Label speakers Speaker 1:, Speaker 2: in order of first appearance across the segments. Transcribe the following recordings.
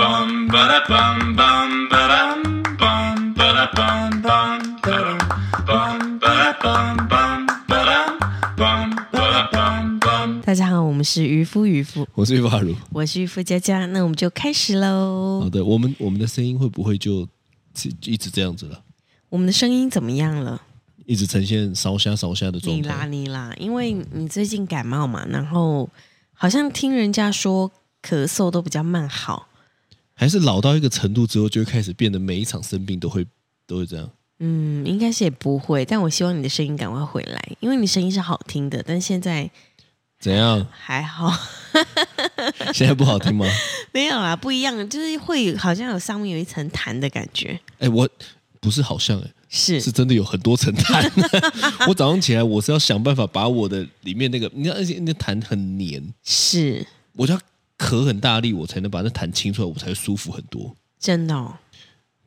Speaker 1: bum ba da bum bum ba dum bum ba da bum bum ba dum bum ba da bum bum ba dum bum ba da bum bum.
Speaker 2: 大家好，我们是渔夫渔夫，
Speaker 3: 我是玉发如。
Speaker 2: 我是渔夫佳佳，那我们就开始喽
Speaker 3: 好。的，我们我们的声音会不会就一直这样子了？
Speaker 2: 我们的声音怎么样了？
Speaker 3: 一直呈现烧虾烧虾的状
Speaker 2: 你啦
Speaker 3: 态？
Speaker 2: 你啦，因为你最近感冒嘛，然后好像听人家说咳嗽都比较慢好，
Speaker 3: 还是老到一个程度之后，就会开始变得每一场生病都会都会这样？
Speaker 2: 嗯，应该是也不会，但我希望你的声音赶快回来，因为你声音是好听的，但现在？
Speaker 3: 怎样
Speaker 2: 还好，
Speaker 3: 现在不好听吗？
Speaker 2: 没有啦，不一样，就是会有好像有上面有一层痰的感觉，
Speaker 3: 哎、我不是好像哎、
Speaker 2: 是
Speaker 3: 是真的有很多层痰。 我早上起来，我是要想办法把我的里面那个，你知道，而且那痰很黏，
Speaker 2: 是
Speaker 3: 我就要咳很大力，我才能把那痰清出来，我才会舒服很多。
Speaker 2: 真的、哦。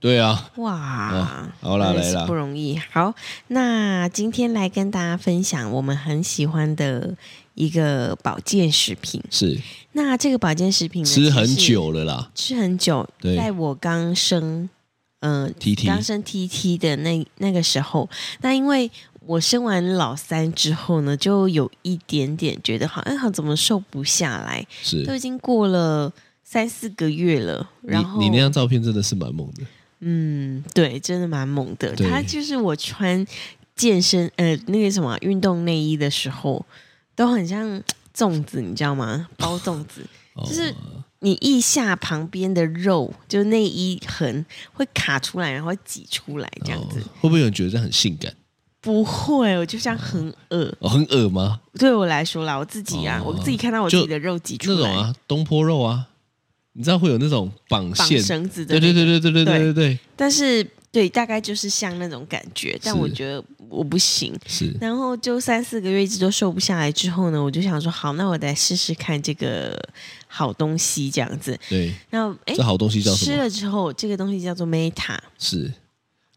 Speaker 3: 对啊，
Speaker 2: 哇
Speaker 3: 哦，好啦
Speaker 2: 真的是
Speaker 3: 来啦
Speaker 2: 哎不容易。好，那今天来跟大家分享我们很喜欢的一个保健食品。
Speaker 3: 是
Speaker 2: 那这个保健食品呢
Speaker 3: 吃很，
Speaker 2: 其实
Speaker 3: 久了啦，
Speaker 2: 吃很久。
Speaker 3: 对
Speaker 2: 在我刚生，嗯、
Speaker 3: 提提
Speaker 2: 刚生 TT 的那那个时候，那因为我生完老三之后呢，就有一点点觉得好像哎好怎么瘦不下来，
Speaker 3: 是
Speaker 2: 都已经过了三四个月了。然后
Speaker 3: 你你那张照片真的是蛮猛的，
Speaker 2: 嗯，对，真的蛮猛的。
Speaker 3: 对
Speaker 2: 它就是我穿健身呃那个什么运动内衣的时候，都很像粽子，你知道吗？包粽子，
Speaker 3: 哦
Speaker 2: 就是你腋下旁边的肉，就是内衣痕会卡出来，然后会挤出来这样子。
Speaker 3: 哦会不会有人觉得这样很性感？
Speaker 2: 不会，我就像很恶。
Speaker 3: 哦，很恶吗？
Speaker 2: 对我来说啦，我自己啊，
Speaker 3: 哦
Speaker 2: 我自己看到我自
Speaker 3: 就
Speaker 2: 己的肉挤出
Speaker 3: 那
Speaker 2: 来，
Speaker 3: 种啊，东坡肉啊，你知道会有那种绑
Speaker 2: 绑
Speaker 3: 线，
Speaker 2: 绳子的、
Speaker 3: 对对对对对对对对对，
Speaker 2: 但是对，大概就是像那种感觉，但
Speaker 3: 是
Speaker 2: 我觉得我不行。
Speaker 3: 是
Speaker 2: 然后就三四个月一直都瘦不下来之后呢，我就想说，好，那我来试试看这个好东西这样子。
Speaker 3: 对。
Speaker 2: 那哎
Speaker 3: 这，好东西叫什
Speaker 2: 吃
Speaker 3: 么？
Speaker 2: 了之后，这个东西叫做 Meta，
Speaker 3: 是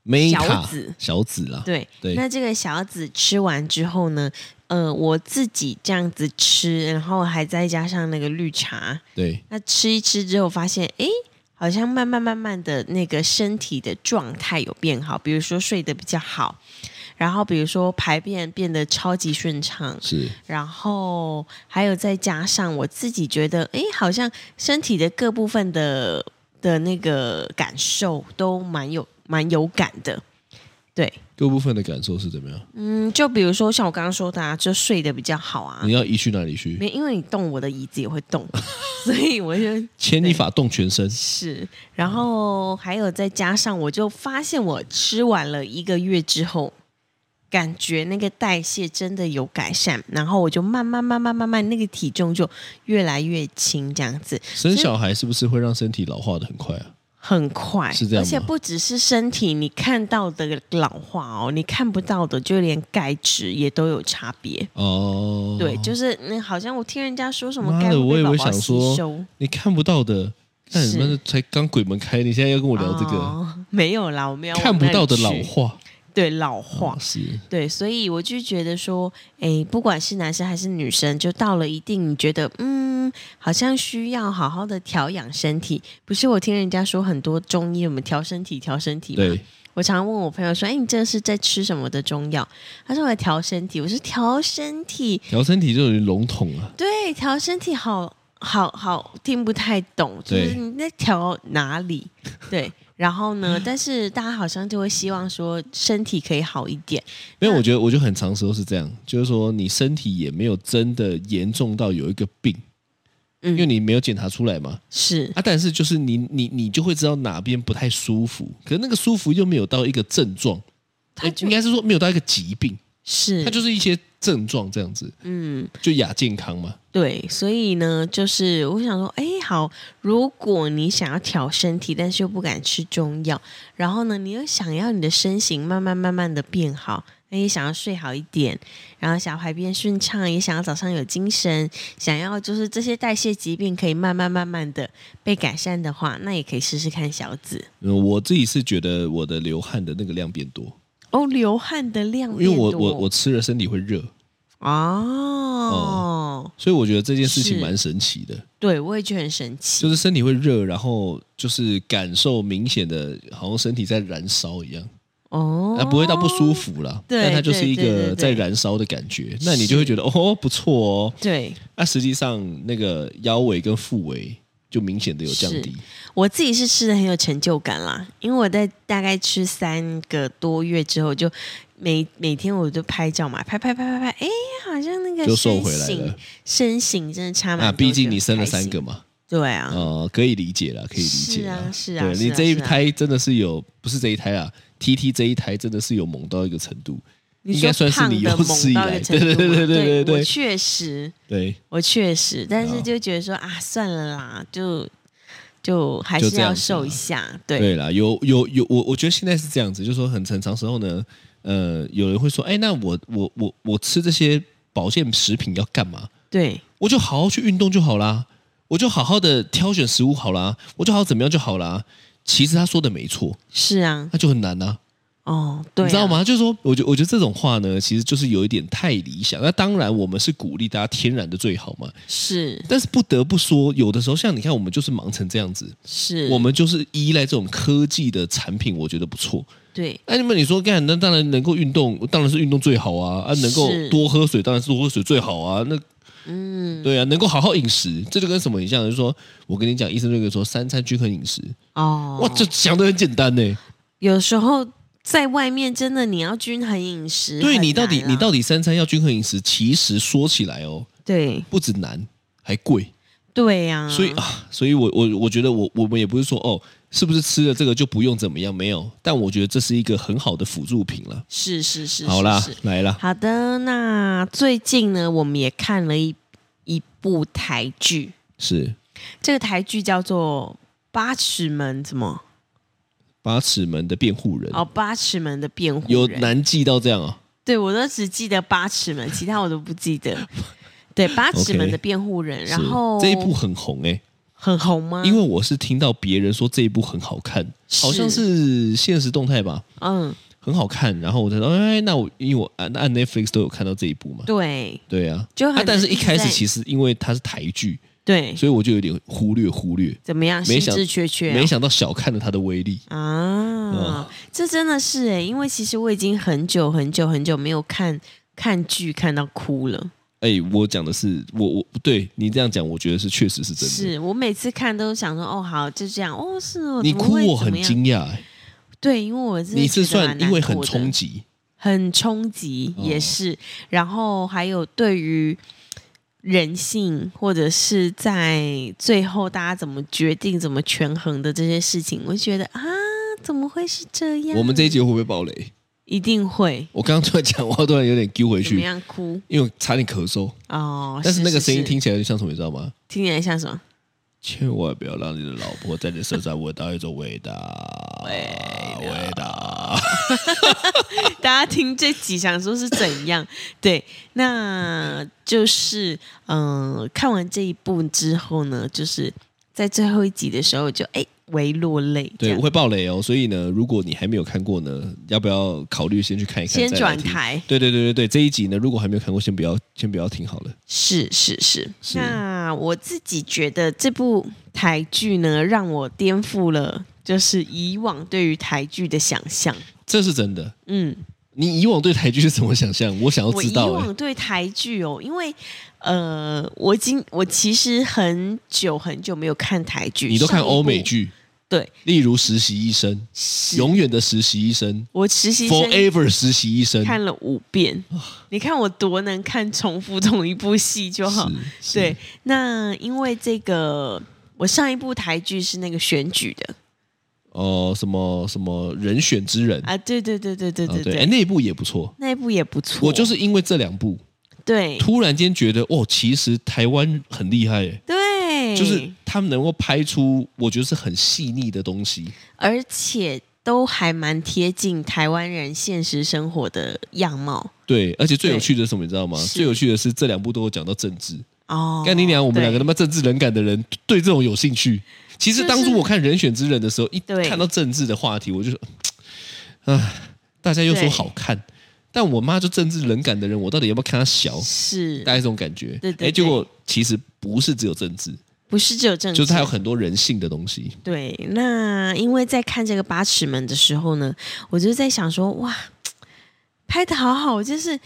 Speaker 3: Meta
Speaker 2: 小子
Speaker 3: 小子啦，
Speaker 2: 对。
Speaker 3: 对
Speaker 2: 那这个小紫吃完之后呢，呃，我自己这样子吃，然后还再加上那个绿茶，
Speaker 3: 对
Speaker 2: 那吃一吃之后发现，哎。好像慢慢慢慢的那个身体的状态有变好，比如说睡得比较好，然后比如说排便变得超级顺畅，
Speaker 3: 是
Speaker 2: 然后还有再加上我自己觉得，诶，好像身体的各部分的的那个感受都蛮有蛮有感的。对，
Speaker 3: 各部分的感受是怎么样？
Speaker 2: 嗯，就比如说像我刚刚说的、啊，就睡得比较好啊
Speaker 3: 你，要移去哪里去？
Speaker 2: 没因为你动我的椅子也会动， 所以我就
Speaker 3: 牵一发动全身，
Speaker 2: 是，然后还有再加上，我就发现我吃完了一个月之后，感觉那个代谢真的有改善，然后我就慢慢慢慢慢慢那个体重就越来越轻，这样子
Speaker 3: 生小孩是不是会让身体老化的很快啊？
Speaker 2: 很快，
Speaker 3: 是这样
Speaker 2: 而且
Speaker 3: 吗
Speaker 2: 不只是身体，你看到的老化哦，你看不到的，就连钙质也都有差别。
Speaker 3: 哦，
Speaker 2: 对，就是那好像我听人家说什么
Speaker 3: 妈
Speaker 2: 钙
Speaker 3: 的我
Speaker 2: 会被
Speaker 3: 以
Speaker 2: 宝
Speaker 3: 为
Speaker 2: 宝
Speaker 3: 想
Speaker 2: 吸
Speaker 3: 说
Speaker 2: 收。
Speaker 3: 你看不到的，那你
Speaker 2: 是
Speaker 3: 们才刚鬼门开，你现在要跟我聊这个、
Speaker 2: 哦、 没有啦，我没有
Speaker 3: 看不到的老化，
Speaker 2: 对老化
Speaker 3: 哦、是
Speaker 2: 对，所以我就觉得说，诶，不管是男生还是女生，就到了一定你觉得，嗯，好像需要好好的调养身体。不是我听人家说很多中医，我们调身体，调身体嘛。
Speaker 3: 对，
Speaker 2: 我常问我朋友说，诶，你这是在吃什么的中药？他说我在调身体。我说调身体，
Speaker 3: 调身体就有点笼统了、
Speaker 2: 对，调身体好好好听不太懂，就是
Speaker 3: 对
Speaker 2: 你在调哪里？对。然后 呢？但是大家好像就会希望说身体可以好一点，
Speaker 3: 因为我觉得，我觉得很长时候是这样，就是说你身体也没有真的严重到有一个病，
Speaker 2: 嗯
Speaker 3: 因为你没有检查出来嘛。
Speaker 2: 是
Speaker 3: 啊，但是就是你你你就会知道哪边不太舒服，可是那个舒服又没有到一个症状，
Speaker 2: 它
Speaker 3: 呃
Speaker 2: 就
Speaker 3: 应该是说没有到一个疾病，
Speaker 2: 是，
Speaker 3: 它就是一些症状这样子，
Speaker 2: 嗯。
Speaker 3: 就亚健康嘛。
Speaker 2: 对，所以呢，就是我想说，哎，好，如果你想要调身体，但是又不敢吃中药，然后呢，你又想要你的身形慢慢慢慢的变好，那也想要睡好一点，然后想要排便顺畅，也想要早上有精神，想要就是这些代谢疾病可以慢慢慢慢的被改善的话，那也可以试试看小紫
Speaker 3: 嗯，我自己是觉得我的流汗的那个量变多，
Speaker 2: 哦，流汗的量
Speaker 3: 因为
Speaker 2: 变
Speaker 3: 我
Speaker 2: 多
Speaker 3: 我我吃了身体会热，
Speaker 2: 哦。哦，
Speaker 3: 所以我觉得这件事情
Speaker 2: 是
Speaker 3: 蛮神奇的，
Speaker 2: 对我也觉得很神奇
Speaker 3: 就。是身体会热，然后就是感受明显的，好像身体在燃烧一样，
Speaker 2: 哦，
Speaker 3: 啊，不会到不舒。服啦，
Speaker 2: 对
Speaker 3: 但它就是一
Speaker 2: 对对对对
Speaker 3: 个在燃烧的感觉，那你就会觉得哦不错哦，
Speaker 2: 对
Speaker 3: 那、实际上那个腰围跟腹围就明显的有降低，
Speaker 2: 我自己是吃的很有成就感啦，因为我在大概吃三个多月之后，就每每天我就拍照嘛，拍拍拍拍拍，哎，好像那个
Speaker 3: 就瘦
Speaker 2: 身
Speaker 3: 回来
Speaker 2: 形
Speaker 3: 了
Speaker 2: 身形真的差蛮多。
Speaker 3: 啊，毕竟你
Speaker 2: 就
Speaker 3: 生
Speaker 2: 很
Speaker 3: 了
Speaker 2: 开心
Speaker 3: 三个，嘛，
Speaker 2: 对啊，
Speaker 3: 呃，可以理解了，可以理解啦
Speaker 2: 是啊是啊是
Speaker 3: 对
Speaker 2: 啊
Speaker 3: 你这一
Speaker 2: 是啊
Speaker 3: 胎真的是有，不是这一胎啊，T T 这一胎真的是有猛到一个程度，
Speaker 2: 你
Speaker 3: 应该
Speaker 2: 说
Speaker 3: 算是
Speaker 2: 胖
Speaker 3: 你
Speaker 2: 的
Speaker 3: 有史
Speaker 2: 猛
Speaker 3: 以
Speaker 2: 到一 个
Speaker 3: 来，
Speaker 2: 程
Speaker 3: 对
Speaker 2: 度
Speaker 3: 对
Speaker 2: 吗，
Speaker 3: 对对对
Speaker 2: 我
Speaker 3: 对
Speaker 2: 确实，
Speaker 3: 对，
Speaker 2: 我确实，但是
Speaker 3: 啊
Speaker 2: 就觉得说啊，算了啦，就就还
Speaker 3: 就是这样
Speaker 2: 要
Speaker 3: 子
Speaker 2: 瘦
Speaker 3: 啦
Speaker 2: 一下，对，
Speaker 3: 对啦，有有有，我我觉得现在是这样子，就是说很很长时候呢，呃，有人会说，哎，那我我我我吃这些保健食品要干嘛？
Speaker 2: 对，
Speaker 3: 我就好好去运动就好啦，我就好好的挑选食物好啦，我就好好怎么样就好啦。其实他说的没错，
Speaker 2: 是啊，
Speaker 3: 那就很难啊，
Speaker 2: 哦，对、
Speaker 3: 你知道？吗？就是说，我觉我觉得这种话呢，其实就是有一点太理想。那当然，我们是鼓励大家天然的最好嘛，
Speaker 2: 是
Speaker 3: 但是不得不说，有的时候像你看，我们就是忙成这样子，
Speaker 2: 是，
Speaker 3: 我们就是依赖这种科技的产品，我觉得不错。
Speaker 2: 对
Speaker 3: 哎，那么你说干，那当然能够运动，当然是运动最好啊！啊，能够
Speaker 2: 是
Speaker 3: 多喝水，当然是多喝水最好啊！那，嗯，对啊，能够好好饮食，这就跟什么很像，就是说我跟你讲，医生就跟你说三餐均衡饮食，
Speaker 2: 哦，
Speaker 3: 哇，这讲的很简单呢、
Speaker 2: 有时候在外面真的你要均衡饮食，
Speaker 3: 对
Speaker 2: 很
Speaker 3: 你到底
Speaker 2: 难啊
Speaker 3: 你到底三餐要均衡饮食，其实说起来哦，
Speaker 2: 对
Speaker 3: 不止难，还贵。
Speaker 2: 对呀、啊，
Speaker 3: 所以啊，所以我我我觉得我我们也不是说哦，是不是吃了这个就不用怎么样？没有，但我觉得这是一个很好的辅助品了。
Speaker 2: 是是是，
Speaker 3: 好啦
Speaker 2: 是是，
Speaker 3: 来啦，
Speaker 2: 好的，那最近呢，我们也看了一一部台剧，
Speaker 3: 是
Speaker 2: 这个台剧叫做《八尺门》，怎么？
Speaker 3: 八尺门的辩护人。
Speaker 2: 哦，八尺门的辩护
Speaker 3: 有
Speaker 2: 人，
Speaker 3: 难记到这样啊？
Speaker 2: 对我都只记得八尺门，其他我都不记 得。对，八尺
Speaker 3: OK
Speaker 2: 门的辩护人，然
Speaker 3: 是
Speaker 2: 后
Speaker 3: 这一部很红哎、
Speaker 2: 很红吗？
Speaker 3: 因为我是听到别人说这一部很好看，
Speaker 2: 是
Speaker 3: 好像是现实动态吧，
Speaker 2: 嗯，
Speaker 3: 很好看。然后我才说，哎，那我因为我按按 Netflix 都有看到这一部嘛，
Speaker 2: 对
Speaker 3: 对啊，
Speaker 2: 就很
Speaker 3: 啊，但是一开
Speaker 2: 一直
Speaker 3: 始
Speaker 2: 在
Speaker 3: 其实因为它是台剧，
Speaker 2: 对，
Speaker 3: 所以我就有点忽略忽略，
Speaker 2: 怎么样？
Speaker 3: 没
Speaker 2: 兴
Speaker 3: 想
Speaker 2: 致缺缺啊、
Speaker 3: 没想到小看了它的威力。
Speaker 2: 啊
Speaker 3: 嗯，
Speaker 2: 这真的是哎，因为其实我已经很久很久很久没有看看剧看到哭了，
Speaker 3: 哎，我讲的是我我对你这样讲，我觉得是确实是真的。
Speaker 2: 是我每次看都想说哦好就这样哦是哦，
Speaker 3: 你
Speaker 2: 怎么
Speaker 3: 哭
Speaker 2: 会
Speaker 3: 我
Speaker 2: 怎
Speaker 3: 很
Speaker 2: 么样
Speaker 3: 惊讶、哎
Speaker 2: 对，因为我真的
Speaker 3: 你是
Speaker 2: 觉得
Speaker 3: 算
Speaker 2: 蛮
Speaker 3: 因为
Speaker 2: 难
Speaker 3: 很
Speaker 2: 过的
Speaker 3: 冲击，
Speaker 2: 很冲击
Speaker 3: 哦
Speaker 2: 也是，然后还有对于人性或者是在最后大家怎么决定、怎么权衡的这些事情，我就觉得啊，怎么会是这样？
Speaker 3: 我们这一集会不会爆雷？
Speaker 2: 一定会
Speaker 3: 我刚刚突然讲话，突然有点丢回
Speaker 2: 怎么
Speaker 3: 去，
Speaker 2: 样哭
Speaker 3: 因为我差点咳嗽。
Speaker 2: 哦？
Speaker 3: 但是那个声音
Speaker 2: 是
Speaker 3: 听起来就像什么，你知道吗？
Speaker 2: 听起来像什么？
Speaker 3: 千万不要让你的老婆在你身上闻到一种味道，味道。
Speaker 2: 大家听这集想说是怎样？ 对，那就是嗯、呃看完这一部之后呢，就是在最后一集的时候就哎微落泪，这
Speaker 3: 对，
Speaker 2: 样
Speaker 3: 我会爆雷哦。所以呢，如果你还没有看过呢，要不要考虑先去看一看？
Speaker 2: 先
Speaker 3: 再来
Speaker 2: 转
Speaker 3: 听。
Speaker 2: 台。
Speaker 3: 对对对对对，这一集呢，如果还没有看过，先不要先不要听好了。
Speaker 2: 是是是，
Speaker 3: 是
Speaker 2: 那我自己觉得这部台剧呢，让我颠覆了就是以往对于台剧的想象。
Speaker 3: 这是真的。
Speaker 2: 嗯，
Speaker 3: 你以往对台剧是什么想象？我想要
Speaker 2: 我
Speaker 3: 知
Speaker 2: 以
Speaker 3: 道、哎，
Speaker 2: 往对台剧哦，因为呃，我今我其实很久很久没有看台剧，
Speaker 3: 你都看
Speaker 2: 上一部
Speaker 3: 欧美，剧，
Speaker 2: 对，
Speaker 3: 例如《实习医生》，永远的实习医生
Speaker 2: 我实习生
Speaker 3: ，Forever 实习医生，
Speaker 2: 看了五遍。你看我多能看重复同一部戏就好。
Speaker 3: 是
Speaker 2: 对，那因为这个，我上一部台剧是那个选举的
Speaker 3: 哦、什么什么人选之人，
Speaker 2: 啊，对对对对对
Speaker 3: 啊
Speaker 2: 对
Speaker 3: 对，哎，那一部也不错。
Speaker 2: 那一部也不错。
Speaker 3: 我就是因为这两部，
Speaker 2: 对
Speaker 3: 突然间觉得哦，其实台湾很厉害耶，
Speaker 2: 对，
Speaker 3: 就是他们能够拍出我觉得是很细腻的东西。
Speaker 2: 而且都还蛮贴近台湾人现实生活的样貌
Speaker 3: 对，而且最有趣的是什么，你知道吗？
Speaker 2: 是
Speaker 3: 最有趣的是这两部都有讲到政治。
Speaker 2: 哦。
Speaker 3: 干你娘！我
Speaker 2: 对
Speaker 3: 们两个他妈政治冷感的人，对这种有兴趣。其实
Speaker 2: 就是
Speaker 3: 当初我看《人选之人》的时候，一
Speaker 2: 对
Speaker 3: 看到政治的话题，我就说，唉，大家又说
Speaker 2: 对
Speaker 3: 好看，但我妈就政治冷感的人，我到底要不要看她小？
Speaker 2: 是
Speaker 3: 大概这种感觉。
Speaker 2: 对对
Speaker 3: 哎，结
Speaker 2: 对
Speaker 3: 果其实不是只有政治，
Speaker 2: 不是只有政治？
Speaker 3: 就是它有很多人性的东西。
Speaker 2: 对，那因为在看这个八尺门的时候呢，我就在想说，哇，拍的好好，就是。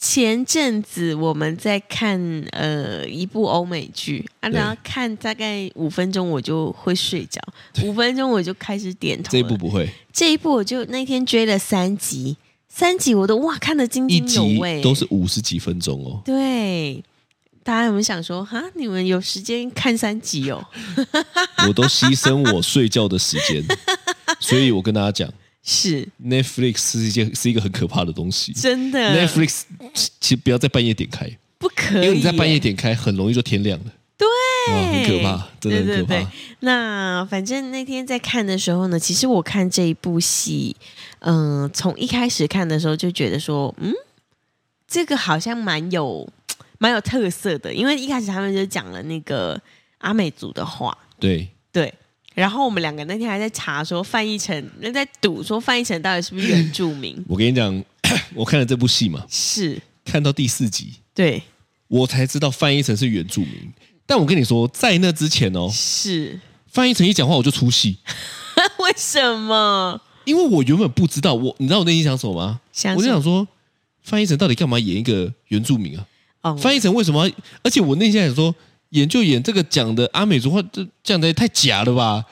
Speaker 2: 前阵子我们在看呃一部欧美剧啊，
Speaker 3: 对
Speaker 2: 然后看大概五分钟我就会睡着，五分钟我就开始点头了。
Speaker 3: 这一部不会，
Speaker 2: 这一部我就那天追了三集，三集我都哇看得津
Speaker 3: 一
Speaker 2: 津
Speaker 3: 集
Speaker 2: 有味，
Speaker 3: 都是五十几分钟 哦。
Speaker 2: 对。大家有没有想说哈？你们有时间看三集哦？
Speaker 3: 我都牺牲我睡觉的时间，所以我跟大家讲
Speaker 2: 是
Speaker 3: ，Netflix 是一件是一个很可怕的东西。
Speaker 2: 真的
Speaker 3: Netflix 其其实不要在半夜点开，
Speaker 2: 不嗯可以耶，
Speaker 3: 因为你在半夜点开，很容易就天亮了。对、很可怕，真的很可怕。
Speaker 2: 对对对那反正那天在看的时候呢，其实我看这一部戏，嗯、从一开始看的时候就觉得说，嗯，这个好像蛮有蛮有特色的，因为一开始他们就讲了那个阿美族的话，
Speaker 3: 对？
Speaker 2: 对。然后我们两个那天还在查说范逸臣，那在赌说范逸臣到底是不是原住民
Speaker 3: 我跟你讲， 我看了这部戏 嘛，
Speaker 2: 是，
Speaker 3: 看到第四集，
Speaker 2: 对，
Speaker 3: 我才知道翻译成是原住民。但我跟你说，在那之前哦，
Speaker 2: 是，
Speaker 3: 翻译成一讲话我就出戏，
Speaker 2: 为什么？
Speaker 3: 因为我原本不知道，我你知道我内心想什么吗？
Speaker 2: 想
Speaker 3: 我
Speaker 2: 什
Speaker 3: 就想
Speaker 2: 么
Speaker 3: 说，翻译成到底干嘛演一个原住民啊？
Speaker 2: 哦，
Speaker 3: 翻译成为什么要？而且我内心想说，演就演这个讲的阿美族话，这讲的也太假 了吧？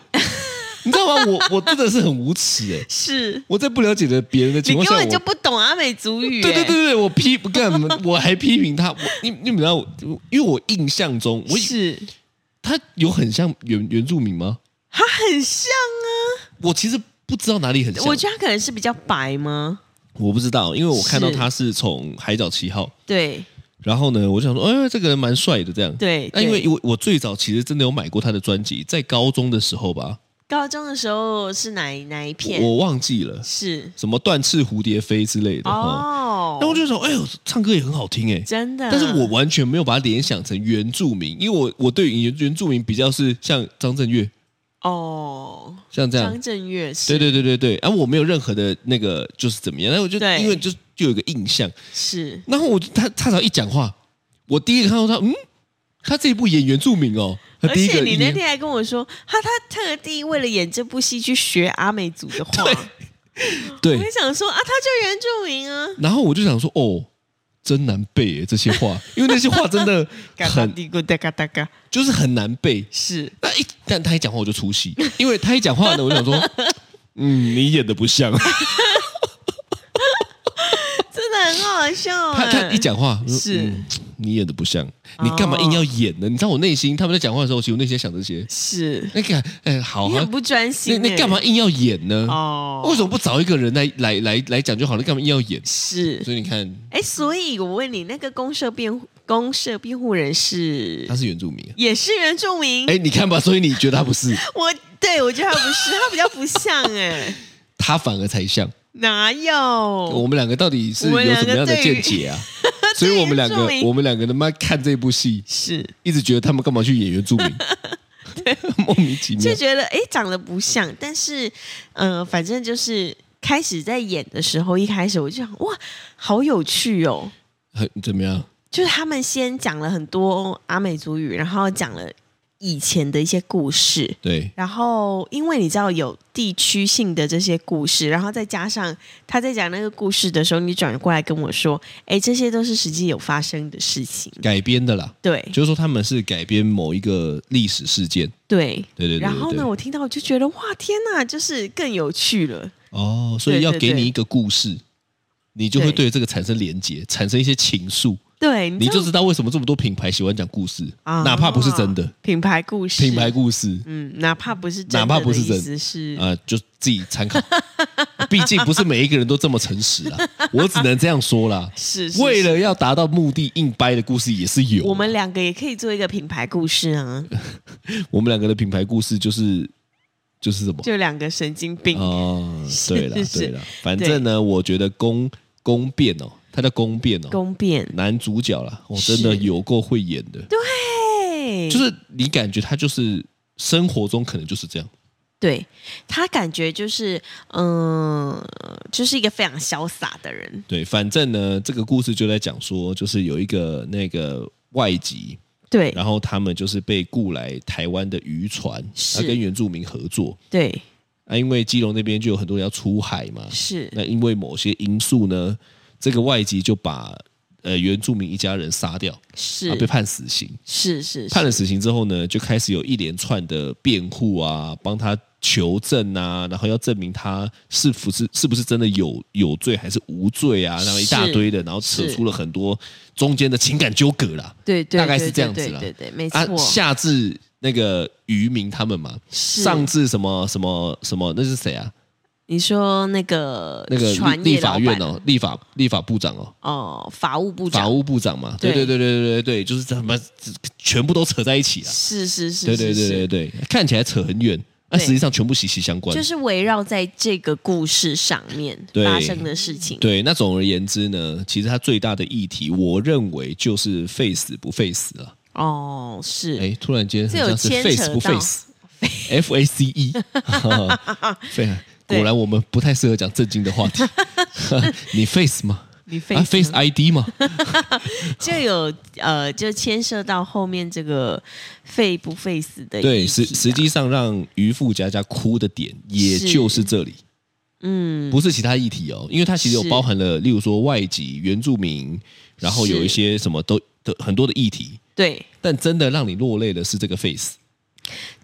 Speaker 3: 你知道吗？我我真的是很无耻哎、
Speaker 2: 是
Speaker 3: 我在不了解的别人的情
Speaker 2: 你
Speaker 3: 况
Speaker 2: 根
Speaker 3: 下，
Speaker 2: 本
Speaker 3: 我
Speaker 2: 就不懂阿美族语、
Speaker 3: 对对
Speaker 2: 哎
Speaker 3: 对对，我批不干， 我还批评他。我你你们知道我，因为我印象中，我以
Speaker 2: 是
Speaker 3: 他有很像原原住民吗？
Speaker 2: 它很像啊，
Speaker 3: 我其实不知道哪里很像，
Speaker 2: 我觉得它可能是比较白吗？
Speaker 3: 我不知道，因为我看到
Speaker 2: 是
Speaker 3: 他是从《海角七号》，
Speaker 2: 对
Speaker 3: 然后呢，我就想说，哎，这个人蛮帅的，这样。
Speaker 2: 对，
Speaker 3: 那因为
Speaker 2: 对
Speaker 3: 我我最早其实真的有买过他的专辑，在高中的时候吧，
Speaker 2: 高中的时候是哪一哪一片？
Speaker 3: 我忘记了
Speaker 2: 是
Speaker 3: 什么断翅蝴蝶飞之类的哈。
Speaker 2: 哦，
Speaker 3: 那我就想，哎呦，唱歌也很好听哎，
Speaker 2: 真的，
Speaker 3: 但是我完全没有把它联想成原住民，因为我我对原原住民比较是像张震岳
Speaker 2: 哦，
Speaker 3: 像这样
Speaker 2: 张，震岳是
Speaker 3: 对对对对对，啊，我没有任何的那个就是怎么样，那我就
Speaker 2: 对
Speaker 3: 因为就就有一个印象，
Speaker 2: 是
Speaker 3: 然后我就他他只要一讲话，我第一个看到他，嗯，他这一部演原住民哦，他
Speaker 2: 而
Speaker 3: 第一
Speaker 2: 且
Speaker 3: 个
Speaker 2: 你
Speaker 3: 一
Speaker 2: 那
Speaker 3: 眼
Speaker 2: 天还跟我说，他他特地为了演这部戏去学阿美族的话，
Speaker 3: 对
Speaker 2: 我，也想说啊，他就原住民啊，
Speaker 3: 然后我就想说，哦，真难背耶这些话，因为那些话真的
Speaker 2: 嘎嘎
Speaker 3: 很
Speaker 2: 嘀咕哒嘎哒嘎，
Speaker 3: 就是很难背。
Speaker 2: 是
Speaker 3: 那一但他一讲话我就出戏，因为他一讲话呢，我就 想说，嗯，你演的不像。
Speaker 2: 真的很好笑
Speaker 3: 他
Speaker 2: 哎，
Speaker 3: 他一讲话我 说
Speaker 2: 是哦
Speaker 3: 嗯你演的不像，你干嘛硬要演呢？你知道我内心他们在讲话的时候，其实我内心在想这些。
Speaker 2: 是，
Speaker 3: 那个，哎，好
Speaker 2: 你
Speaker 3: 啊
Speaker 2: 很，不专
Speaker 3: 你
Speaker 2: 心欸，
Speaker 3: 你干嘛硬要演呢？
Speaker 2: 哦？
Speaker 3: 为什么不找一个人来来来来讲就好了？干嘛硬要演？
Speaker 2: 是
Speaker 3: 所以你看，
Speaker 2: 哎，所以我问你，那个公社辩护公社辩护人是
Speaker 3: 他是原住民啊。
Speaker 2: 也是原住民？
Speaker 3: 哎，你看吧，所以你觉得他 不是，
Speaker 2: 我对我觉得他不是，他比较不像哎、
Speaker 3: 他反而才像。
Speaker 2: 哪有？
Speaker 3: 我
Speaker 2: 我
Speaker 3: 们两个到底是
Speaker 2: 哦我
Speaker 3: 有
Speaker 2: 们
Speaker 3: 什么
Speaker 2: 两个
Speaker 3: 样的
Speaker 2: 对于
Speaker 3: 见解啊？所以我们两个
Speaker 2: 对原住，民
Speaker 3: 我们两个他妈看这部戏，
Speaker 2: 是
Speaker 3: 一直觉得他们干嘛去演 原住民？ 莫名其妙
Speaker 2: 就。觉得哎长得不像，但是嗯、呃反正就是开始在演的时候，一开始我就想哇，好有趣哦。
Speaker 3: 很怎么样？
Speaker 2: 就是他们先讲了很多阿美族语，然后讲了以前的一些故事，
Speaker 3: 对，
Speaker 2: 然后，因为你知道有地区性的这些故事，然后再加上他在讲那个故事的时候，你转过来跟我说，哎，这些都是实际有发生的事情。
Speaker 3: 改编的啦。
Speaker 2: 对
Speaker 3: 就是说他们是改编某一个历史事件。
Speaker 2: 对
Speaker 3: 对对对对
Speaker 2: 然后
Speaker 3: 对
Speaker 2: 呢，我听到我就觉得哇，天哪，就是更有趣了。
Speaker 3: 哦，所以
Speaker 2: 对
Speaker 3: 要
Speaker 2: 对
Speaker 3: 给
Speaker 2: 对
Speaker 3: 你一个故事，你就会
Speaker 2: 对
Speaker 3: 对这个产生连结，产生一些情愫，
Speaker 2: 对，
Speaker 3: 你
Speaker 2: 知道
Speaker 3: 就知道为什么这么多品牌喜欢讲故事，
Speaker 2: 啊
Speaker 3: 哪怕不是真的，
Speaker 2: 品牌故事，
Speaker 3: 品牌故事
Speaker 2: 嗯，哪怕不是真的，
Speaker 3: 哪怕不是真
Speaker 2: 意思是、
Speaker 3: 啊、就自己参考。 毕竟不是每一个人都这么诚实 啦，我只能这样说啦。
Speaker 2: 是是
Speaker 3: 为
Speaker 2: 是
Speaker 3: 了要达到目的，硬掰的故事也是有啊。
Speaker 2: 我们两个也可以做一个品牌故事 啊，
Speaker 3: 我们两个的品牌故事就是就是什么？
Speaker 2: 就两个神经病。
Speaker 3: 哦，对了
Speaker 2: 是是
Speaker 3: 对了，反正呢，我觉得宫宫变哦，他叫宫变哦，
Speaker 2: 公辩，
Speaker 3: 男主角啦，我真的
Speaker 2: 是
Speaker 3: 有够会演的，
Speaker 2: 对，
Speaker 3: 就是你感觉他就是生活中可能就是这样，
Speaker 2: 对他感觉就是，嗯、就是一个非常潇洒的人，
Speaker 3: 对，反正呢，这个故事就在讲说，就是有一个那个外籍，
Speaker 2: 对
Speaker 3: 然后他们就是被雇来台湾的渔船，
Speaker 2: 是
Speaker 3: 他跟原住民合作。
Speaker 2: 对
Speaker 3: 啊，因为基隆那边就有很多人要出海嘛，
Speaker 2: 是，
Speaker 3: 那因为某些因素呢，这个外籍就把呃原住民一家人杀掉，
Speaker 2: 是
Speaker 3: 啊，被判死刑。
Speaker 2: 是是
Speaker 3: 判
Speaker 2: 是
Speaker 3: 了死刑之后呢，就开始有一连串的辩护啊，帮他求证啊，然后要证明他是不是是不是真的有有罪还是无罪啊，然后一大堆的，然后扯
Speaker 2: 是
Speaker 3: 出了很多中间的情感纠葛啦。
Speaker 2: 对对，
Speaker 3: 大概
Speaker 2: 对
Speaker 3: 是这样
Speaker 2: 对
Speaker 3: 子啦
Speaker 2: 对对，对没
Speaker 3: 啊，
Speaker 2: 错，
Speaker 3: 下至那个渔民他们嘛，
Speaker 2: 是
Speaker 3: 上至什么什么什么，那是谁啊？
Speaker 2: 你说那个
Speaker 3: 那个
Speaker 2: 船
Speaker 3: 立
Speaker 2: 业
Speaker 3: 立法
Speaker 2: 老
Speaker 3: 院
Speaker 2: 板
Speaker 3: 哦，立法立法部长哦，
Speaker 2: 哦，法务部
Speaker 3: 法
Speaker 2: 长，
Speaker 3: 务部长嘛，对
Speaker 2: 对
Speaker 3: 对对对对对对，就是他们全部都扯在一起了。啊
Speaker 2: 是是是，
Speaker 3: 对
Speaker 2: 是
Speaker 3: 对对
Speaker 2: 是
Speaker 3: 对对，看起来扯很远，那
Speaker 2: 对
Speaker 3: 实际上全部息息相关。
Speaker 2: 就是围绕在这个故事上面
Speaker 3: 对
Speaker 2: 发生的事情，
Speaker 3: 对，那总而言之呢，其实它最大的议题，我认为就是废死不废死啊。
Speaker 2: 哦，是
Speaker 3: 哎，突然间
Speaker 2: 这
Speaker 3: 很
Speaker 2: 有
Speaker 3: 像是
Speaker 2: 牵扯
Speaker 3: face 不
Speaker 2: 到
Speaker 3: face，F A C E，废啊。
Speaker 2: 对
Speaker 3: 果然我们不太适合讲正经 的话题。你 face 吗？
Speaker 2: 你
Speaker 3: 啊
Speaker 2: face
Speaker 3: ，face ID 吗？
Speaker 2: 就有呃，就牵涉到后面这个费不费死的
Speaker 3: 对，
Speaker 2: 议
Speaker 3: 实
Speaker 2: 题啊
Speaker 3: 实际上让渔夫佳佳哭的点，也
Speaker 2: 是
Speaker 3: 就是这里，
Speaker 2: 嗯
Speaker 3: 不是其他议题哦，因为它其实有
Speaker 2: 是
Speaker 3: 包含了，例如说外籍原住民，然后有
Speaker 2: 是
Speaker 3: 一些什么都的很多的议题，
Speaker 2: 对，
Speaker 3: 但真的让你落泪的是这个 face。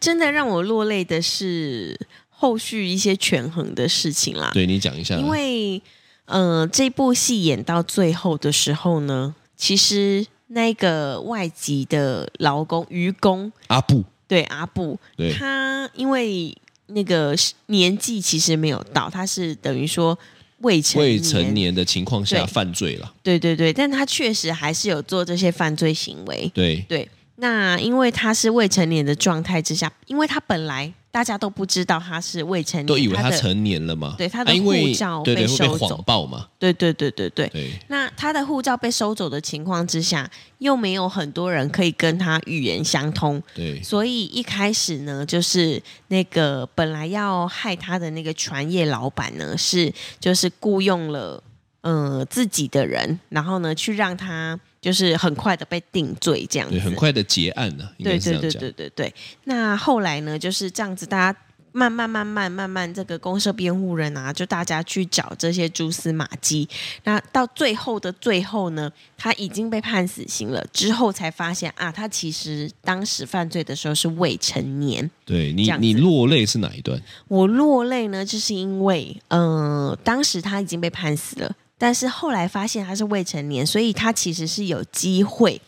Speaker 2: 真的让我落泪的是后续一些权衡的事情啦，
Speaker 3: 对你啊讲一下，
Speaker 2: 因为呃，这部戏演到最后的时候呢，其实那个外籍的劳工渔工
Speaker 3: 阿布
Speaker 2: 对阿布，
Speaker 3: 对
Speaker 2: 他因为那个是年纪其实没有到，他是等于说未成
Speaker 3: 未成
Speaker 2: 年，
Speaker 3: 年的情况下
Speaker 2: 对
Speaker 3: 犯罪了，
Speaker 2: 对对对，但他确实还是有做这些犯罪行为。
Speaker 3: 对
Speaker 2: 对，那因为他是未成年的状态之下，因为他本来大家都不知道他是未成年，
Speaker 3: 都以为
Speaker 2: 他
Speaker 3: 他
Speaker 2: 的
Speaker 3: 成年了嘛，
Speaker 2: 对他的
Speaker 3: 啊因为
Speaker 2: 护照
Speaker 3: 对对
Speaker 2: 被
Speaker 3: 会被
Speaker 2: 收走
Speaker 3: 谎报嘛，
Speaker 2: 对对对对对。
Speaker 3: 对
Speaker 2: 那他的护照被收走的情况之下，又没有很多人可以跟他语言相通，
Speaker 3: 对
Speaker 2: 所以一开始呢，就是那个本来要害他的那个船业老板呢，是就是雇佣了呃自己的人，然后呢去让他就是很快的被定罪这样子
Speaker 3: 对，。很快的结案呢，应
Speaker 2: 对
Speaker 3: 该是这
Speaker 2: 对
Speaker 3: 样
Speaker 2: 对
Speaker 3: 讲
Speaker 2: 对，对对。那后来呢，就是这样子，大家慢慢慢慢慢慢，这个公社辩护人啊，就大家去找这些蛛丝马迹。那到最后的最后呢，他已经被判死刑了，之后才发现啊，他其实当时犯罪的时候是未成年。
Speaker 3: 对
Speaker 2: 这
Speaker 3: 你
Speaker 2: 样子
Speaker 3: 你落泪是哪一段？
Speaker 2: 我落泪呢，就是因为，呃，当时他已经被判死了，但是后来发现他是未成年，所以他其实是有机会，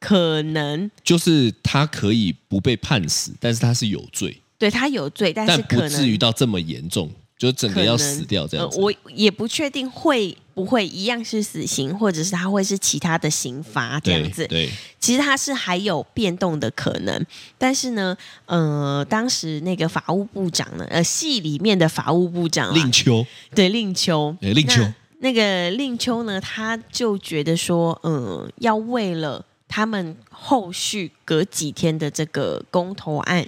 Speaker 2: 可能
Speaker 3: 就是他可以不被判死，但是他是有罪，
Speaker 2: 对他有罪，但
Speaker 3: 但
Speaker 2: 是
Speaker 3: 不
Speaker 2: 可能
Speaker 3: 至于到这么严重，就是整
Speaker 2: 可
Speaker 3: 个
Speaker 2: 能
Speaker 3: 要死掉这样子
Speaker 2: 呃。我也不确定会不会一样是死刑，或者是他会是其他的刑罚这样
Speaker 3: 对
Speaker 2: 子。
Speaker 3: 对
Speaker 2: 其实它是还有变动的可能，但是呢，呃，当时那个法务部长呢，呃，戏里面的法务部长、啊、
Speaker 3: 令秋，
Speaker 2: 对令秋，
Speaker 3: 哎令秋
Speaker 2: 那那个令秋呢，他就觉得说，嗯，要为了他们后续隔几天的这个公投案，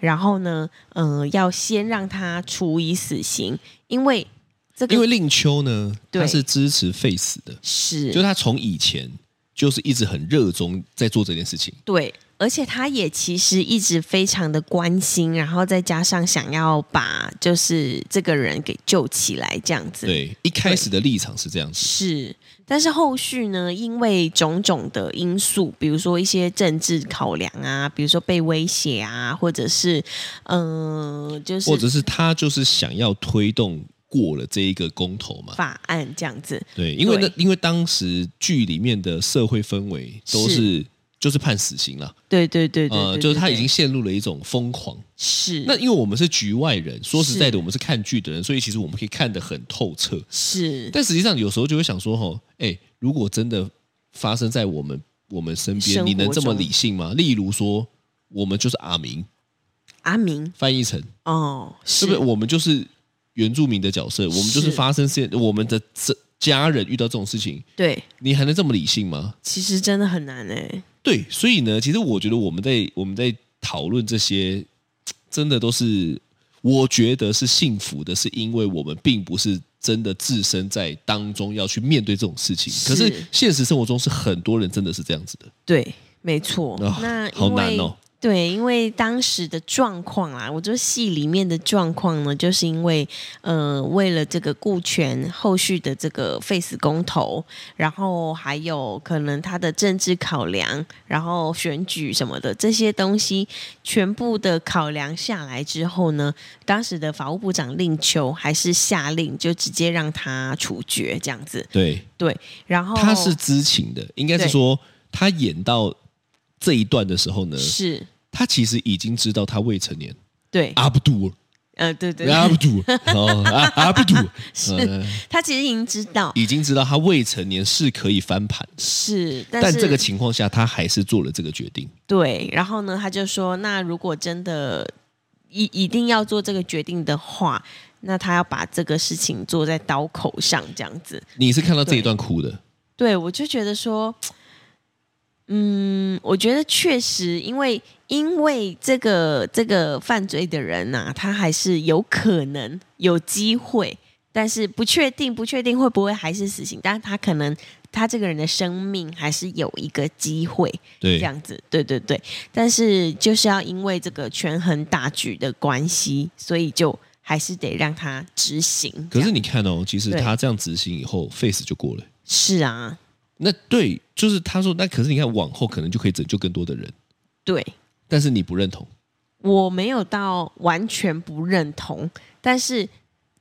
Speaker 2: 然后呢，嗯，要先让他处以死刑，因为这个
Speaker 3: 因为令秋呢，
Speaker 2: 对
Speaker 3: 他是支持废死的，就是
Speaker 2: 是
Speaker 3: 他从以前就是一直很热衷在做这件事情。
Speaker 2: 对。而且他也其实一直非常的关心，然后再加上想要把就是这个人给救起来这样子，
Speaker 3: 对，一开始的立场是这样子。
Speaker 2: 是，但是后续呢，因为种种的因素，比如说一些政治考量啊，比如说被威胁啊，或者是嗯、呃就是
Speaker 3: 或者是他就是想要推动过了这一个公投嘛？
Speaker 2: 法案这样子，
Speaker 3: 对，因为
Speaker 2: 对
Speaker 3: 那因为当时剧里面的社会氛围都是就是判死刑了，
Speaker 2: 对对对对
Speaker 3: 呃，
Speaker 2: 对
Speaker 3: 就是
Speaker 2: 对
Speaker 3: 他
Speaker 2: 对
Speaker 3: 已经陷入了一种疯狂。
Speaker 2: 是
Speaker 3: 那因为我们是局外人，说实在
Speaker 2: 是
Speaker 3: 的，我们是看剧的人，所以其实我们可以看得很透彻。
Speaker 2: 是
Speaker 3: 但实际上有时候就会想说，吼，哎，如果真的发生在我们我们身
Speaker 2: 生
Speaker 3: 边，
Speaker 2: 活
Speaker 3: 你能这么
Speaker 2: 中
Speaker 3: 理性吗？例如说，我们就是阿明，
Speaker 2: 阿明
Speaker 3: 翻译成
Speaker 2: 哦，
Speaker 3: 是
Speaker 2: 是
Speaker 3: 不是我们就是原住民的角色？我们就是
Speaker 2: 是
Speaker 3: 发生事件，我们的这家人遇到这种事情，
Speaker 2: 对，
Speaker 3: 你还能这么理性吗？
Speaker 2: 其实真的很难哎、
Speaker 3: 对，所以呢，其实我觉得我们在我们在讨论这些，嘖真的都是我觉得是幸福的，是因为我们并不是真的置身在当中要去面对这种事情。
Speaker 2: 是
Speaker 3: 可是现实生活中是很多人真的是这样子的。
Speaker 2: 对，没错。
Speaker 3: 哦
Speaker 2: 那因
Speaker 3: 好难
Speaker 2: 为
Speaker 3: 哦
Speaker 2: 对，因为当时的状况啦，我这戏里面的状况呢，就是因为呃，为了这个顾全后续的这个 face 公投，然后还有可能他的政治考量，然后选举什么的这些东西，全部的考量下来之后呢，当时的法务部长令秋还是下令就直接让他处决这样子。
Speaker 3: 对，
Speaker 2: 对，然后
Speaker 3: 他是知情的，应该是
Speaker 2: 哦对
Speaker 3: 说他演到这一段的时候呢，
Speaker 2: 是。
Speaker 3: 他其实已经知道他未成年。
Speaker 2: 对，
Speaker 3: 阿不杜，
Speaker 2: 呃，对对，对
Speaker 3: 阿不 杜，哦，阿阿不杜，呃
Speaker 2: 他其实已经知道
Speaker 3: 已经知道他未成年是可以翻盘，
Speaker 2: 是，但
Speaker 3: 但
Speaker 2: 是
Speaker 3: 这个情况下他还是做了这个决定。
Speaker 2: 对，然后呢，他就说，那如果真的一一定要做这个决定的话，那他要把这个事情做在刀口上，这样子。
Speaker 3: 你是看到这一段哭的，
Speaker 2: 对，我就觉得说，嗯，我觉得确实，因为因为这个这个犯罪的人呐、他还是有可能有机会，但是不确定，不确定会不会还是死刑，但是他可能他这个人的生命还是有一个机会。
Speaker 3: 对
Speaker 2: 这样子，对对对。但是就是要因为这个权衡大局的关系，所以就还是得让他执行。
Speaker 3: 可
Speaker 2: 这
Speaker 3: 是
Speaker 2: 样
Speaker 3: 你看哦，其实
Speaker 2: 对
Speaker 3: 他这样执行以后，face 就过了。
Speaker 2: 是啊，
Speaker 3: 那对，就是他说，那可是你看往后可能就可以拯救更多的人，
Speaker 2: 对
Speaker 3: 但是你不认同，
Speaker 2: 我没有到完全不认同，但是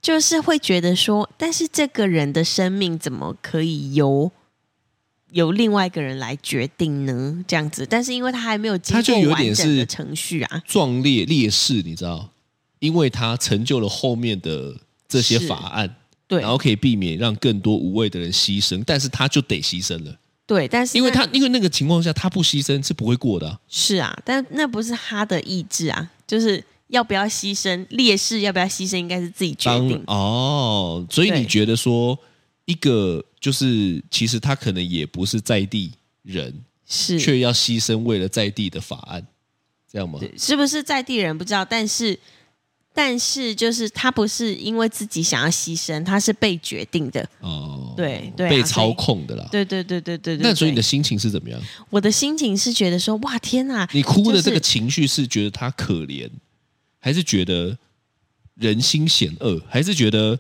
Speaker 2: 就是会觉得说，但是这个人的生命怎么可以由？由另外一个人来决定呢，这样子，但是因为他还没有经
Speaker 3: 他就
Speaker 2: 过
Speaker 3: 有
Speaker 2: 完
Speaker 3: 点
Speaker 2: 整的
Speaker 3: 是
Speaker 2: 程序啊，
Speaker 3: 壮烈烈士，你知道，因为他成就了后面的这些
Speaker 2: 是
Speaker 3: 法案，
Speaker 2: 对
Speaker 3: 然后可以避免让更多无谓的人牺牲，但是他就得牺牲了，
Speaker 2: 对，但是啊
Speaker 3: 因为
Speaker 2: 那
Speaker 3: 他因为那个情况下他不牺牲是不会过的啊、
Speaker 2: 是啊，但那不是他的意志啊，就是要不要牺牲，烈士要不要牺牲，应该是自己决
Speaker 3: 当
Speaker 2: 定。
Speaker 3: 哦，所以
Speaker 2: 对
Speaker 3: 你觉得说一个就是其实他可能也不是在地人，
Speaker 2: 是，
Speaker 3: 却要牺牲为了在地的法案，这样吗？
Speaker 2: 是不是在地人不知道，但是但是就是他不是因为自己想要牺牲，他是被决定的。
Speaker 3: 哦，
Speaker 2: 对对啊
Speaker 3: 被操控的啦。
Speaker 2: 对对对对对对。
Speaker 3: 那所以你的
Speaker 2: 对
Speaker 3: 心情是怎么样？
Speaker 2: 我的心情是觉得说，哇天哪，
Speaker 3: 你哭
Speaker 2: 就
Speaker 3: 的
Speaker 2: 是
Speaker 3: 这个情绪是觉得他可怜，还是觉得人心险恶，还是觉得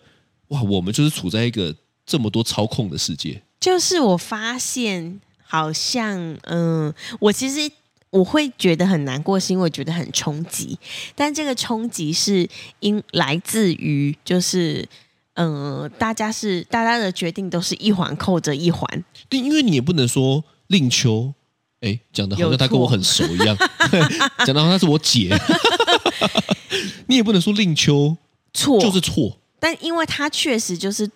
Speaker 3: 哇，我们就是处在一个这么多操控的世界？
Speaker 2: 就是我发现好像，嗯、我其实我会觉得很难过，是因为我觉得很冲击，但这个冲击是因来自于就是。嗯、大家是大家的决定都是一环扣着一环，
Speaker 3: 对，因为你也不能说令秋。哎，讲的好像他跟我很熟一样， 讲的好像她是我姐， 你也不能说令秋
Speaker 2: 错。
Speaker 3: 就是错，
Speaker 2: 但因为他确实就是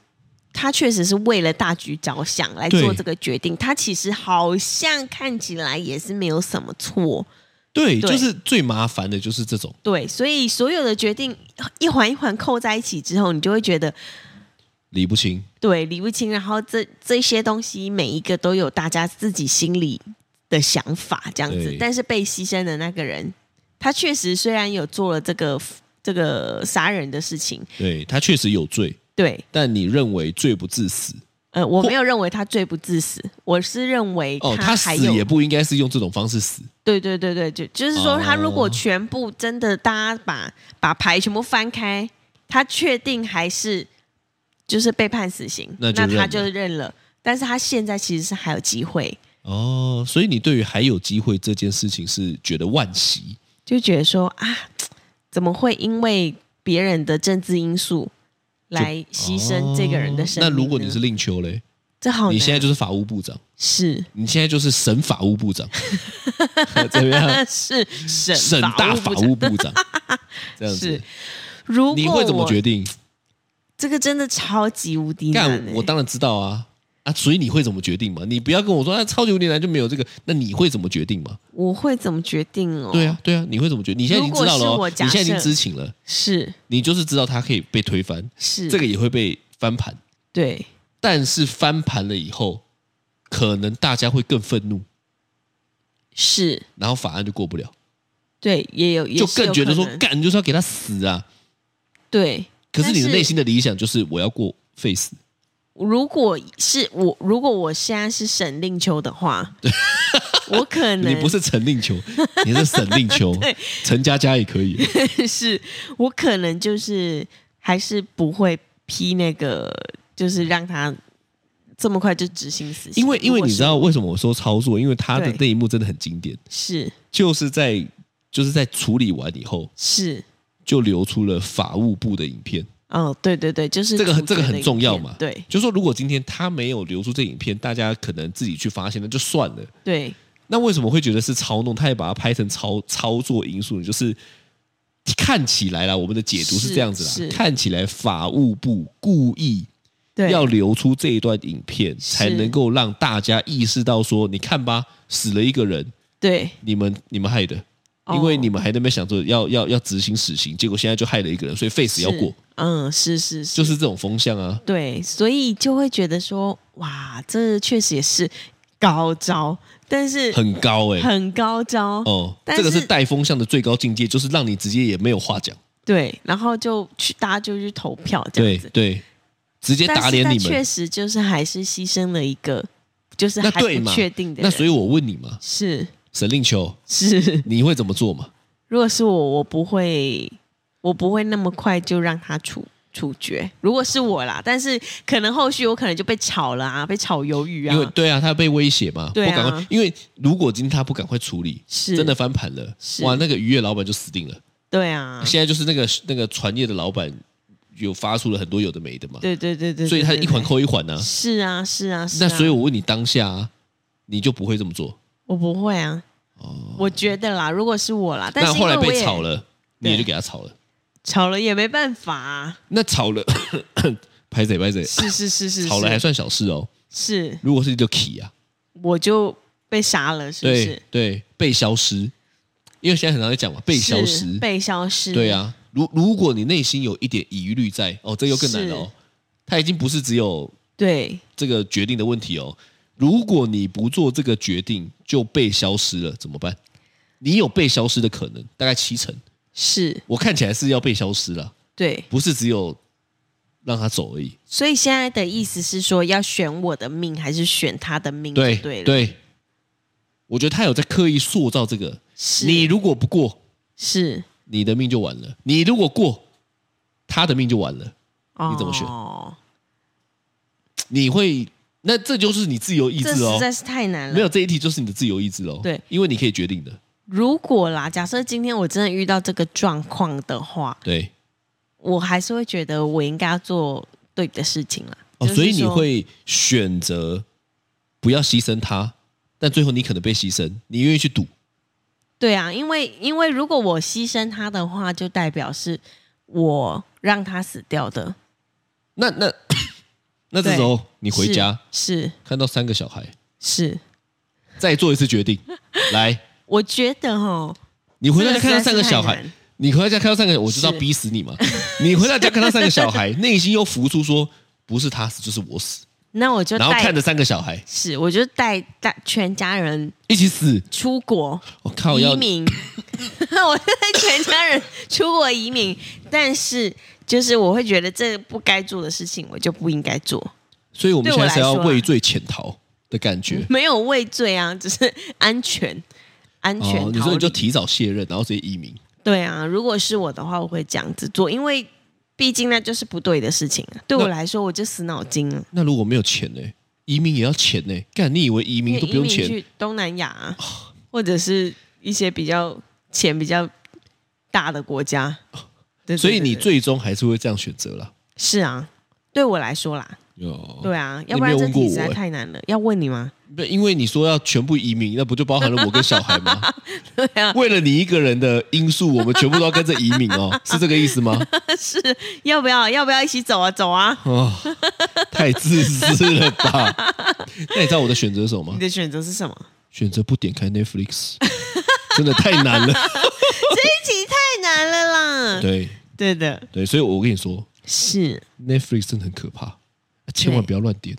Speaker 2: 他确实是为了大局着想来
Speaker 3: 对
Speaker 2: 做这个决定，他其实好像看起来也是没有什么错。
Speaker 3: 对，
Speaker 2: 对
Speaker 3: 就是最麻烦的就是这种。
Speaker 2: 对，所以所有的决定一环一环扣在一起之后，你就会觉得
Speaker 3: 理不清。
Speaker 2: 对，理不清。然后这这些东西每一个都有大家自己心里的想法这样子
Speaker 3: 对，
Speaker 2: 但是被牺牲的那个人，他确实虽然有做了这个这个杀人的事情，
Speaker 3: 对他确实有罪，
Speaker 2: 对，
Speaker 3: 但你认为罪不至死
Speaker 2: 呃，我没有认为他罪不至死，我是认为
Speaker 3: 哦，他
Speaker 2: 他还
Speaker 3: 死
Speaker 2: 有、
Speaker 3: 也不应该是用这种方式死。
Speaker 2: 对对对对，就就是说，他如果
Speaker 3: 哦
Speaker 2: 全部真的大家把把牌全部翻开，他确定还是就是被判死刑，
Speaker 3: 那就
Speaker 2: 他
Speaker 3: 认
Speaker 2: 就
Speaker 3: 了
Speaker 2: 认了。但是他现在其实是还有机会，
Speaker 3: 哦，所以你对于还有机会这件事情是觉得惋惜，
Speaker 2: 就觉得说啊，怎么会因为别人的政治因素来牺牲这个人的哦啊生命、
Speaker 3: 哦那如果你是，令秋嘞，
Speaker 2: 这好难，
Speaker 3: 你现在就是法务部长，
Speaker 2: 是
Speaker 3: 你现在就是省法务部长， 怎么样？
Speaker 2: 是省
Speaker 3: 呃省大法
Speaker 2: 长
Speaker 3: 务部 长，这样子
Speaker 2: 是，如果
Speaker 3: 你会怎么
Speaker 2: 我
Speaker 3: 决定？
Speaker 2: 这个真的超级无敌难、
Speaker 3: 干
Speaker 2: 欸，，
Speaker 3: 我当然知道啊啊！所以你会怎么决定嘛？你不要跟我说，啊，超级无敌难就没有这个，那你会怎么决定嘛？
Speaker 2: 我会怎么决定哦？
Speaker 3: 对啊，对啊，你会怎么觉得？你现在已经知道了
Speaker 2: 如
Speaker 3: 哦、
Speaker 2: 果是我假
Speaker 3: 你现在已经
Speaker 2: 设
Speaker 3: 知情了，
Speaker 2: 是
Speaker 3: 你就是知道它可以被推翻，
Speaker 2: 是
Speaker 3: 这个也会被翻盘。
Speaker 2: 对
Speaker 3: 但是翻盘了以后，可能大家会更愤怒，
Speaker 2: 是，
Speaker 3: 然后法案就过不了，
Speaker 2: 对也有也
Speaker 3: 就是更
Speaker 2: 有
Speaker 3: 觉得
Speaker 2: 可
Speaker 3: 说
Speaker 2: 能
Speaker 3: 干就是要给他死啊！
Speaker 2: 对，
Speaker 3: 可是你的
Speaker 2: 但是
Speaker 3: 内心的理想就是我要过 face，
Speaker 2: 如果是我，如果我现在是沈令秋的话，我可能
Speaker 3: 你不是陈 令球，你是沈令球，陈佳佳也可以。
Speaker 2: 是我可能就是还是不会批那个，就是让他这么快就执行死刑，
Speaker 3: 因为因为
Speaker 2: 如果
Speaker 3: 你
Speaker 2: 是
Speaker 3: 知道为什么我说操作，因为他的
Speaker 2: 对
Speaker 3: 那一幕真的很经典，
Speaker 2: 是
Speaker 3: 就是在就是在处理完以后，
Speaker 2: 是
Speaker 3: 就流出了法务部的影片。
Speaker 2: 哦，对对对，就是
Speaker 3: 这个很
Speaker 2: 主角
Speaker 3: 这个很
Speaker 2: 的影
Speaker 3: 重要
Speaker 2: 片
Speaker 3: 嘛
Speaker 2: 对
Speaker 3: 就说如果今天他没有流出这影片，大家可能自己去发现那就算了。
Speaker 2: 对
Speaker 3: 那为什么会觉得是操弄？他也把它拍成操操作因素，就是看起来啦，我们的解读是
Speaker 2: 是
Speaker 3: 这样子啦
Speaker 2: 是，
Speaker 3: 看起来法务部故意
Speaker 2: 对
Speaker 3: 要留出这一段影片，
Speaker 2: 是
Speaker 3: 才能够让大家意识到说，你看吧，死了一个人，
Speaker 2: 对
Speaker 3: 你们你们害的，
Speaker 2: 哦
Speaker 3: 因为你们还在那边想着要要要执行死刑，结果现在就害了一个人，所以 face 要过
Speaker 2: 是，嗯，是是是，
Speaker 3: 就是这种风向啊。
Speaker 2: 对，所以就会觉得说，哇，这确实也是高招，但是
Speaker 3: 很高哎、
Speaker 2: 很高招，
Speaker 3: 哦，
Speaker 2: 但
Speaker 3: 这个是
Speaker 2: 是
Speaker 3: 带风向的最高境界，就是让你直接也没有话讲，
Speaker 2: 对，然后就去大家就去投票这
Speaker 3: 对
Speaker 2: 样子，
Speaker 3: 对，直接
Speaker 2: 但
Speaker 3: 打
Speaker 2: 是
Speaker 3: 脸
Speaker 2: 他
Speaker 3: 你
Speaker 2: 确
Speaker 3: 们，
Speaker 2: 实就是还是牺牲了一个，就是
Speaker 3: 那
Speaker 2: 还
Speaker 3: 对
Speaker 2: 不
Speaker 3: 嘛
Speaker 2: 确定的
Speaker 3: 那所
Speaker 2: 以
Speaker 3: 以我问你嘛，
Speaker 2: 是
Speaker 3: 沈令球，
Speaker 2: 是，
Speaker 3: 你会怎么做嘛？
Speaker 2: 如果是我，我不会，我不会那么快就让他处处决。如果是我啦，但是可能后续我可能就被炒了啊，被炒鱿鱼啊，
Speaker 3: 因为对啊，他被威胁嘛，
Speaker 2: 对啊
Speaker 3: 不赶快，因为如果今天他不赶快处理，
Speaker 2: 是
Speaker 3: 真的翻盘了，
Speaker 2: 是
Speaker 3: 哇，那个渔业老板就死定了。
Speaker 2: 对啊，
Speaker 3: 现在就是那个那个船业的老板有发出了很多有的没的嘛，
Speaker 2: 对对对对对，
Speaker 3: 所以他
Speaker 2: 对
Speaker 3: 一环。
Speaker 2: 对
Speaker 3: 扣一环呢、啊。
Speaker 2: 是啊，是啊，是
Speaker 3: 那
Speaker 2: 啊。
Speaker 3: 所以我问你，当下、啊、你就不会这么做？
Speaker 2: 我不会啊。我觉得啦，如果是我啦，但
Speaker 3: 哦那
Speaker 2: 是
Speaker 3: 后来
Speaker 2: 因为我
Speaker 3: 被
Speaker 2: 也
Speaker 3: 炒，了，你也
Speaker 2: 对
Speaker 3: 就给他炒了。
Speaker 2: 炒了也没办法、啊。
Speaker 3: 那炒了， 拍谁拍谁，
Speaker 2: 是是是是，
Speaker 3: 炒了
Speaker 2: 是
Speaker 3: 还算小事哦。
Speaker 2: 是，
Speaker 3: 如果是你就 key 啊，
Speaker 2: 我就被杀了，是不
Speaker 3: 对
Speaker 2: 是？
Speaker 3: 对，被消失，因为现在很常在讲嘛，被消
Speaker 2: 是
Speaker 3: 失，
Speaker 2: 被消失，
Speaker 3: 对，啊。如如果你内心有一点疑虑在，哦，这又更难了哦。他已经不是只有
Speaker 2: 对，
Speaker 3: 这个决定的问题哦。如果你不做这个决定，就被消失了，怎么办？你有被消失的可能，大概七成。
Speaker 2: 是，
Speaker 3: 我看起来是要被消失了，
Speaker 2: 对。
Speaker 3: 不是只有让他走而已。
Speaker 2: 所以现在的意思是说，要选我的命还是选他的命？
Speaker 3: 对
Speaker 2: 嗯对了，
Speaker 3: 我觉得他有在刻意塑造这个。
Speaker 2: 是
Speaker 3: 你如果不过，
Speaker 2: 是
Speaker 3: 你的命就完了；你如果过，他的命就完了。
Speaker 2: 哦，
Speaker 3: 你怎么选你会，那这就是你自由意
Speaker 2: 这
Speaker 3: 志哦
Speaker 2: 实。在是太难了。
Speaker 3: 没有这一题就是你的自由意志哦。
Speaker 2: 对
Speaker 3: 因为你可以决定的。
Speaker 2: 如果啦，假设今天我真的遇到这个状况的话，
Speaker 3: 对，
Speaker 2: 我还是会觉得我应该要做对的事情啦。就
Speaker 3: 哦，
Speaker 2: 是
Speaker 3: 所以你
Speaker 2: 说
Speaker 3: 会选择不要牺牲他，但最后你可能被牺牲，你愿意去赌，
Speaker 2: 对啊，因为因为如果我牺牲他的话，就代表是我让他死掉的。
Speaker 3: 那 那那这时候你
Speaker 2: 你
Speaker 3: 回家
Speaker 2: 是
Speaker 3: 看到三个小孩，
Speaker 2: 是是，
Speaker 3: 再做一次 决定，来，
Speaker 2: 我觉得哈，
Speaker 3: 你回到家看到三个小
Speaker 2: 这个实在是太
Speaker 3: 孩
Speaker 2: 难，
Speaker 3: 你回到家看到三个，我就是
Speaker 2: 是
Speaker 3: 要逼死你嘛， 你回到家看到三个小孩，内心又浮出说不是他死就是我死，
Speaker 2: 那我就
Speaker 3: 然后
Speaker 2: 带
Speaker 3: 看着三个小孩
Speaker 2: 是，我就带带全家人
Speaker 3: 一起死，
Speaker 2: 出国
Speaker 3: 我、靠，要
Speaker 2: 移民， 我就带全家人出国移民。但是就是我会觉得这不该做的事情，我就不应该做。
Speaker 3: 所以我们
Speaker 2: 对
Speaker 3: 现
Speaker 2: 我
Speaker 3: 在是要
Speaker 2: 来说啊
Speaker 3: 畏罪潜逃的感觉。
Speaker 2: 没有畏罪啊，只是安全，安嗯全逃离、
Speaker 3: 哦，你说你就提早卸任，然后直接移民。
Speaker 2: 对啊，如果是我的话，我会这样子做，因为毕竟那就是不对的事情啊。对我
Speaker 3: 那
Speaker 2: 来说，我就死脑筋了。
Speaker 3: 那如果没有钱呢？移民也要钱呢？干，你以为移
Speaker 2: 因
Speaker 3: 民
Speaker 2: 为
Speaker 3: 都不用
Speaker 2: 移民
Speaker 3: 钱？
Speaker 2: 去东南亚啊、或者是一些比较钱比较大的国家。对对
Speaker 3: 哦所
Speaker 2: 对
Speaker 3: 以你
Speaker 2: 对
Speaker 3: 最终还是会这样选择啦。
Speaker 2: 是啊，对我来说啦，
Speaker 3: 哦，
Speaker 2: 对啊，
Speaker 3: 你
Speaker 2: 要不然
Speaker 3: 没有
Speaker 2: 这
Speaker 3: 问过
Speaker 2: 题
Speaker 3: 我
Speaker 2: 实在
Speaker 3: 欸
Speaker 2: 太难了。要问你吗？
Speaker 3: 不，因为你说要全部移民，那不就包含了我跟小孩吗？
Speaker 2: 对啊，
Speaker 3: 为了你一个人的因素，我们全部都要跟着移 民哦，是这个意思吗？
Speaker 2: 是要不要要不要一起走啊走啊？
Speaker 3: 哦，太自私了吧？那你知道我的选择是什么
Speaker 2: 你
Speaker 3: 吗？
Speaker 2: 的选择是什么？
Speaker 3: 选择不点开 Netflix，真的太难了。
Speaker 2: 这题太难了啦。
Speaker 3: 对
Speaker 2: 对的，
Speaker 3: 对，所以我跟你说
Speaker 2: 是
Speaker 3: ，Netflix 真的很可怕，千万不要乱点。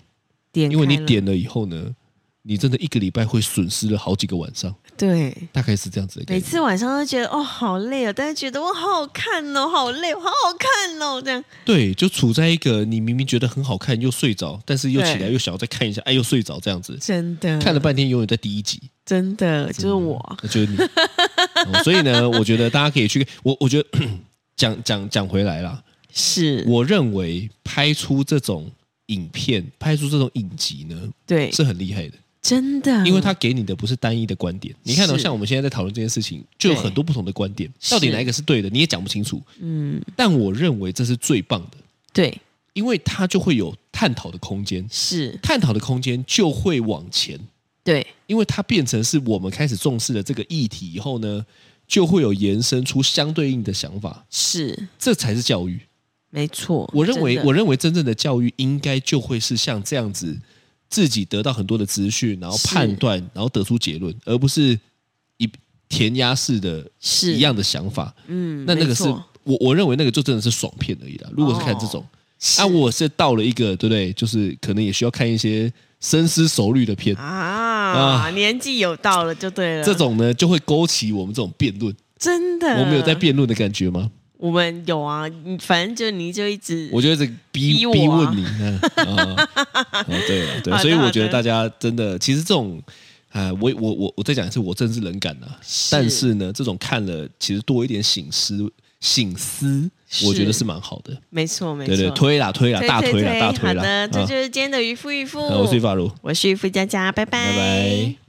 Speaker 2: 点，
Speaker 3: 因为你，点了以后呢，你真的一个礼拜会损失了好几个晚上。
Speaker 2: 对，
Speaker 3: 大概是这样子的概
Speaker 2: 每
Speaker 3: 念。
Speaker 2: 次晚上都觉得哦好累哦，但是觉得我好好看哦，好累，好好看哦，这样
Speaker 3: 对，就处在一个你明明觉得很好看又睡着，但是又
Speaker 2: 对
Speaker 3: 起来又想要再看一下，哎，又睡着这样子，
Speaker 2: 真的
Speaker 3: 看了嗯半天永远在第一集，
Speaker 2: 真的就是我，
Speaker 3: 那就是你。哦所以呢，我觉得大家可以去，我我觉得 讲讲讲回来啦，
Speaker 2: 是
Speaker 3: 我认为拍出这种影片，拍出这种影集呢，
Speaker 2: 对，
Speaker 3: 是很厉害的，
Speaker 2: 真的，
Speaker 3: 因为它给你的不是单一的观点。你看到、
Speaker 2: 嗯是
Speaker 3: 像我们现在在讨论这件事情，就有
Speaker 2: 对
Speaker 3: 很多不同的观点，到底
Speaker 2: 是
Speaker 3: 哪一个是对的，你也讲不清楚。
Speaker 2: 嗯，
Speaker 3: 但我认为这是最棒的，
Speaker 2: 对，
Speaker 3: 因为它就会有探讨的空间，
Speaker 2: 是，
Speaker 3: 探讨的空间就会往前，
Speaker 2: 对，
Speaker 3: 因为它变成是我们开始重视了这个议题以后呢，就会有延伸出相对应的想法，
Speaker 2: 是
Speaker 3: 这才是教育。
Speaker 2: 没错。
Speaker 3: 我认为
Speaker 2: 真，的
Speaker 3: 我认为真正的教育应该就会是像这样子，自己得到很多的资讯，然后
Speaker 2: 是
Speaker 3: 判断，然后得出结论，而不是一填鸭式的
Speaker 2: 是
Speaker 3: 一，样的想法。
Speaker 2: 嗯，
Speaker 3: 那那个
Speaker 2: 没
Speaker 3: 是
Speaker 2: 错哦
Speaker 3: 我我认为那个就真的是爽片而已啦。如果是看这种，啊，我是到了一个对不对？就是可能也需要看一些深思熟虑的片。
Speaker 2: 啊
Speaker 3: 啊，
Speaker 2: 年纪有到了就对了，
Speaker 3: 这种呢，就会勾起我们这种辩论。
Speaker 2: 真的，
Speaker 3: 我们有在，辩论的感觉吗？
Speaker 2: 我们有啊，你反正就你就一直，
Speaker 3: 我就一直逼
Speaker 2: 逼我啊
Speaker 3: 逼问你。嗯 啊，啊对了对，
Speaker 2: 好的
Speaker 3: 所以我觉得
Speaker 2: 好的
Speaker 3: 大家真的，其实这种，啊，我我我我再讲一次，我真是冷感呐。但是呢，这种看了其实多一点醒思，醒思，
Speaker 2: 是
Speaker 3: 我觉得是蛮好的。
Speaker 2: 没错没错，
Speaker 3: 对对，推啦推啦，
Speaker 2: 推
Speaker 3: 大
Speaker 2: 推
Speaker 3: 推啦
Speaker 2: 推
Speaker 3: 大推
Speaker 2: 好
Speaker 3: 啦。
Speaker 2: 的，这
Speaker 3: 啊
Speaker 2: 就是今天的渔夫渔夫，
Speaker 3: 啊我是法如。
Speaker 2: 我是渔夫佳佳，拜拜
Speaker 3: 拜拜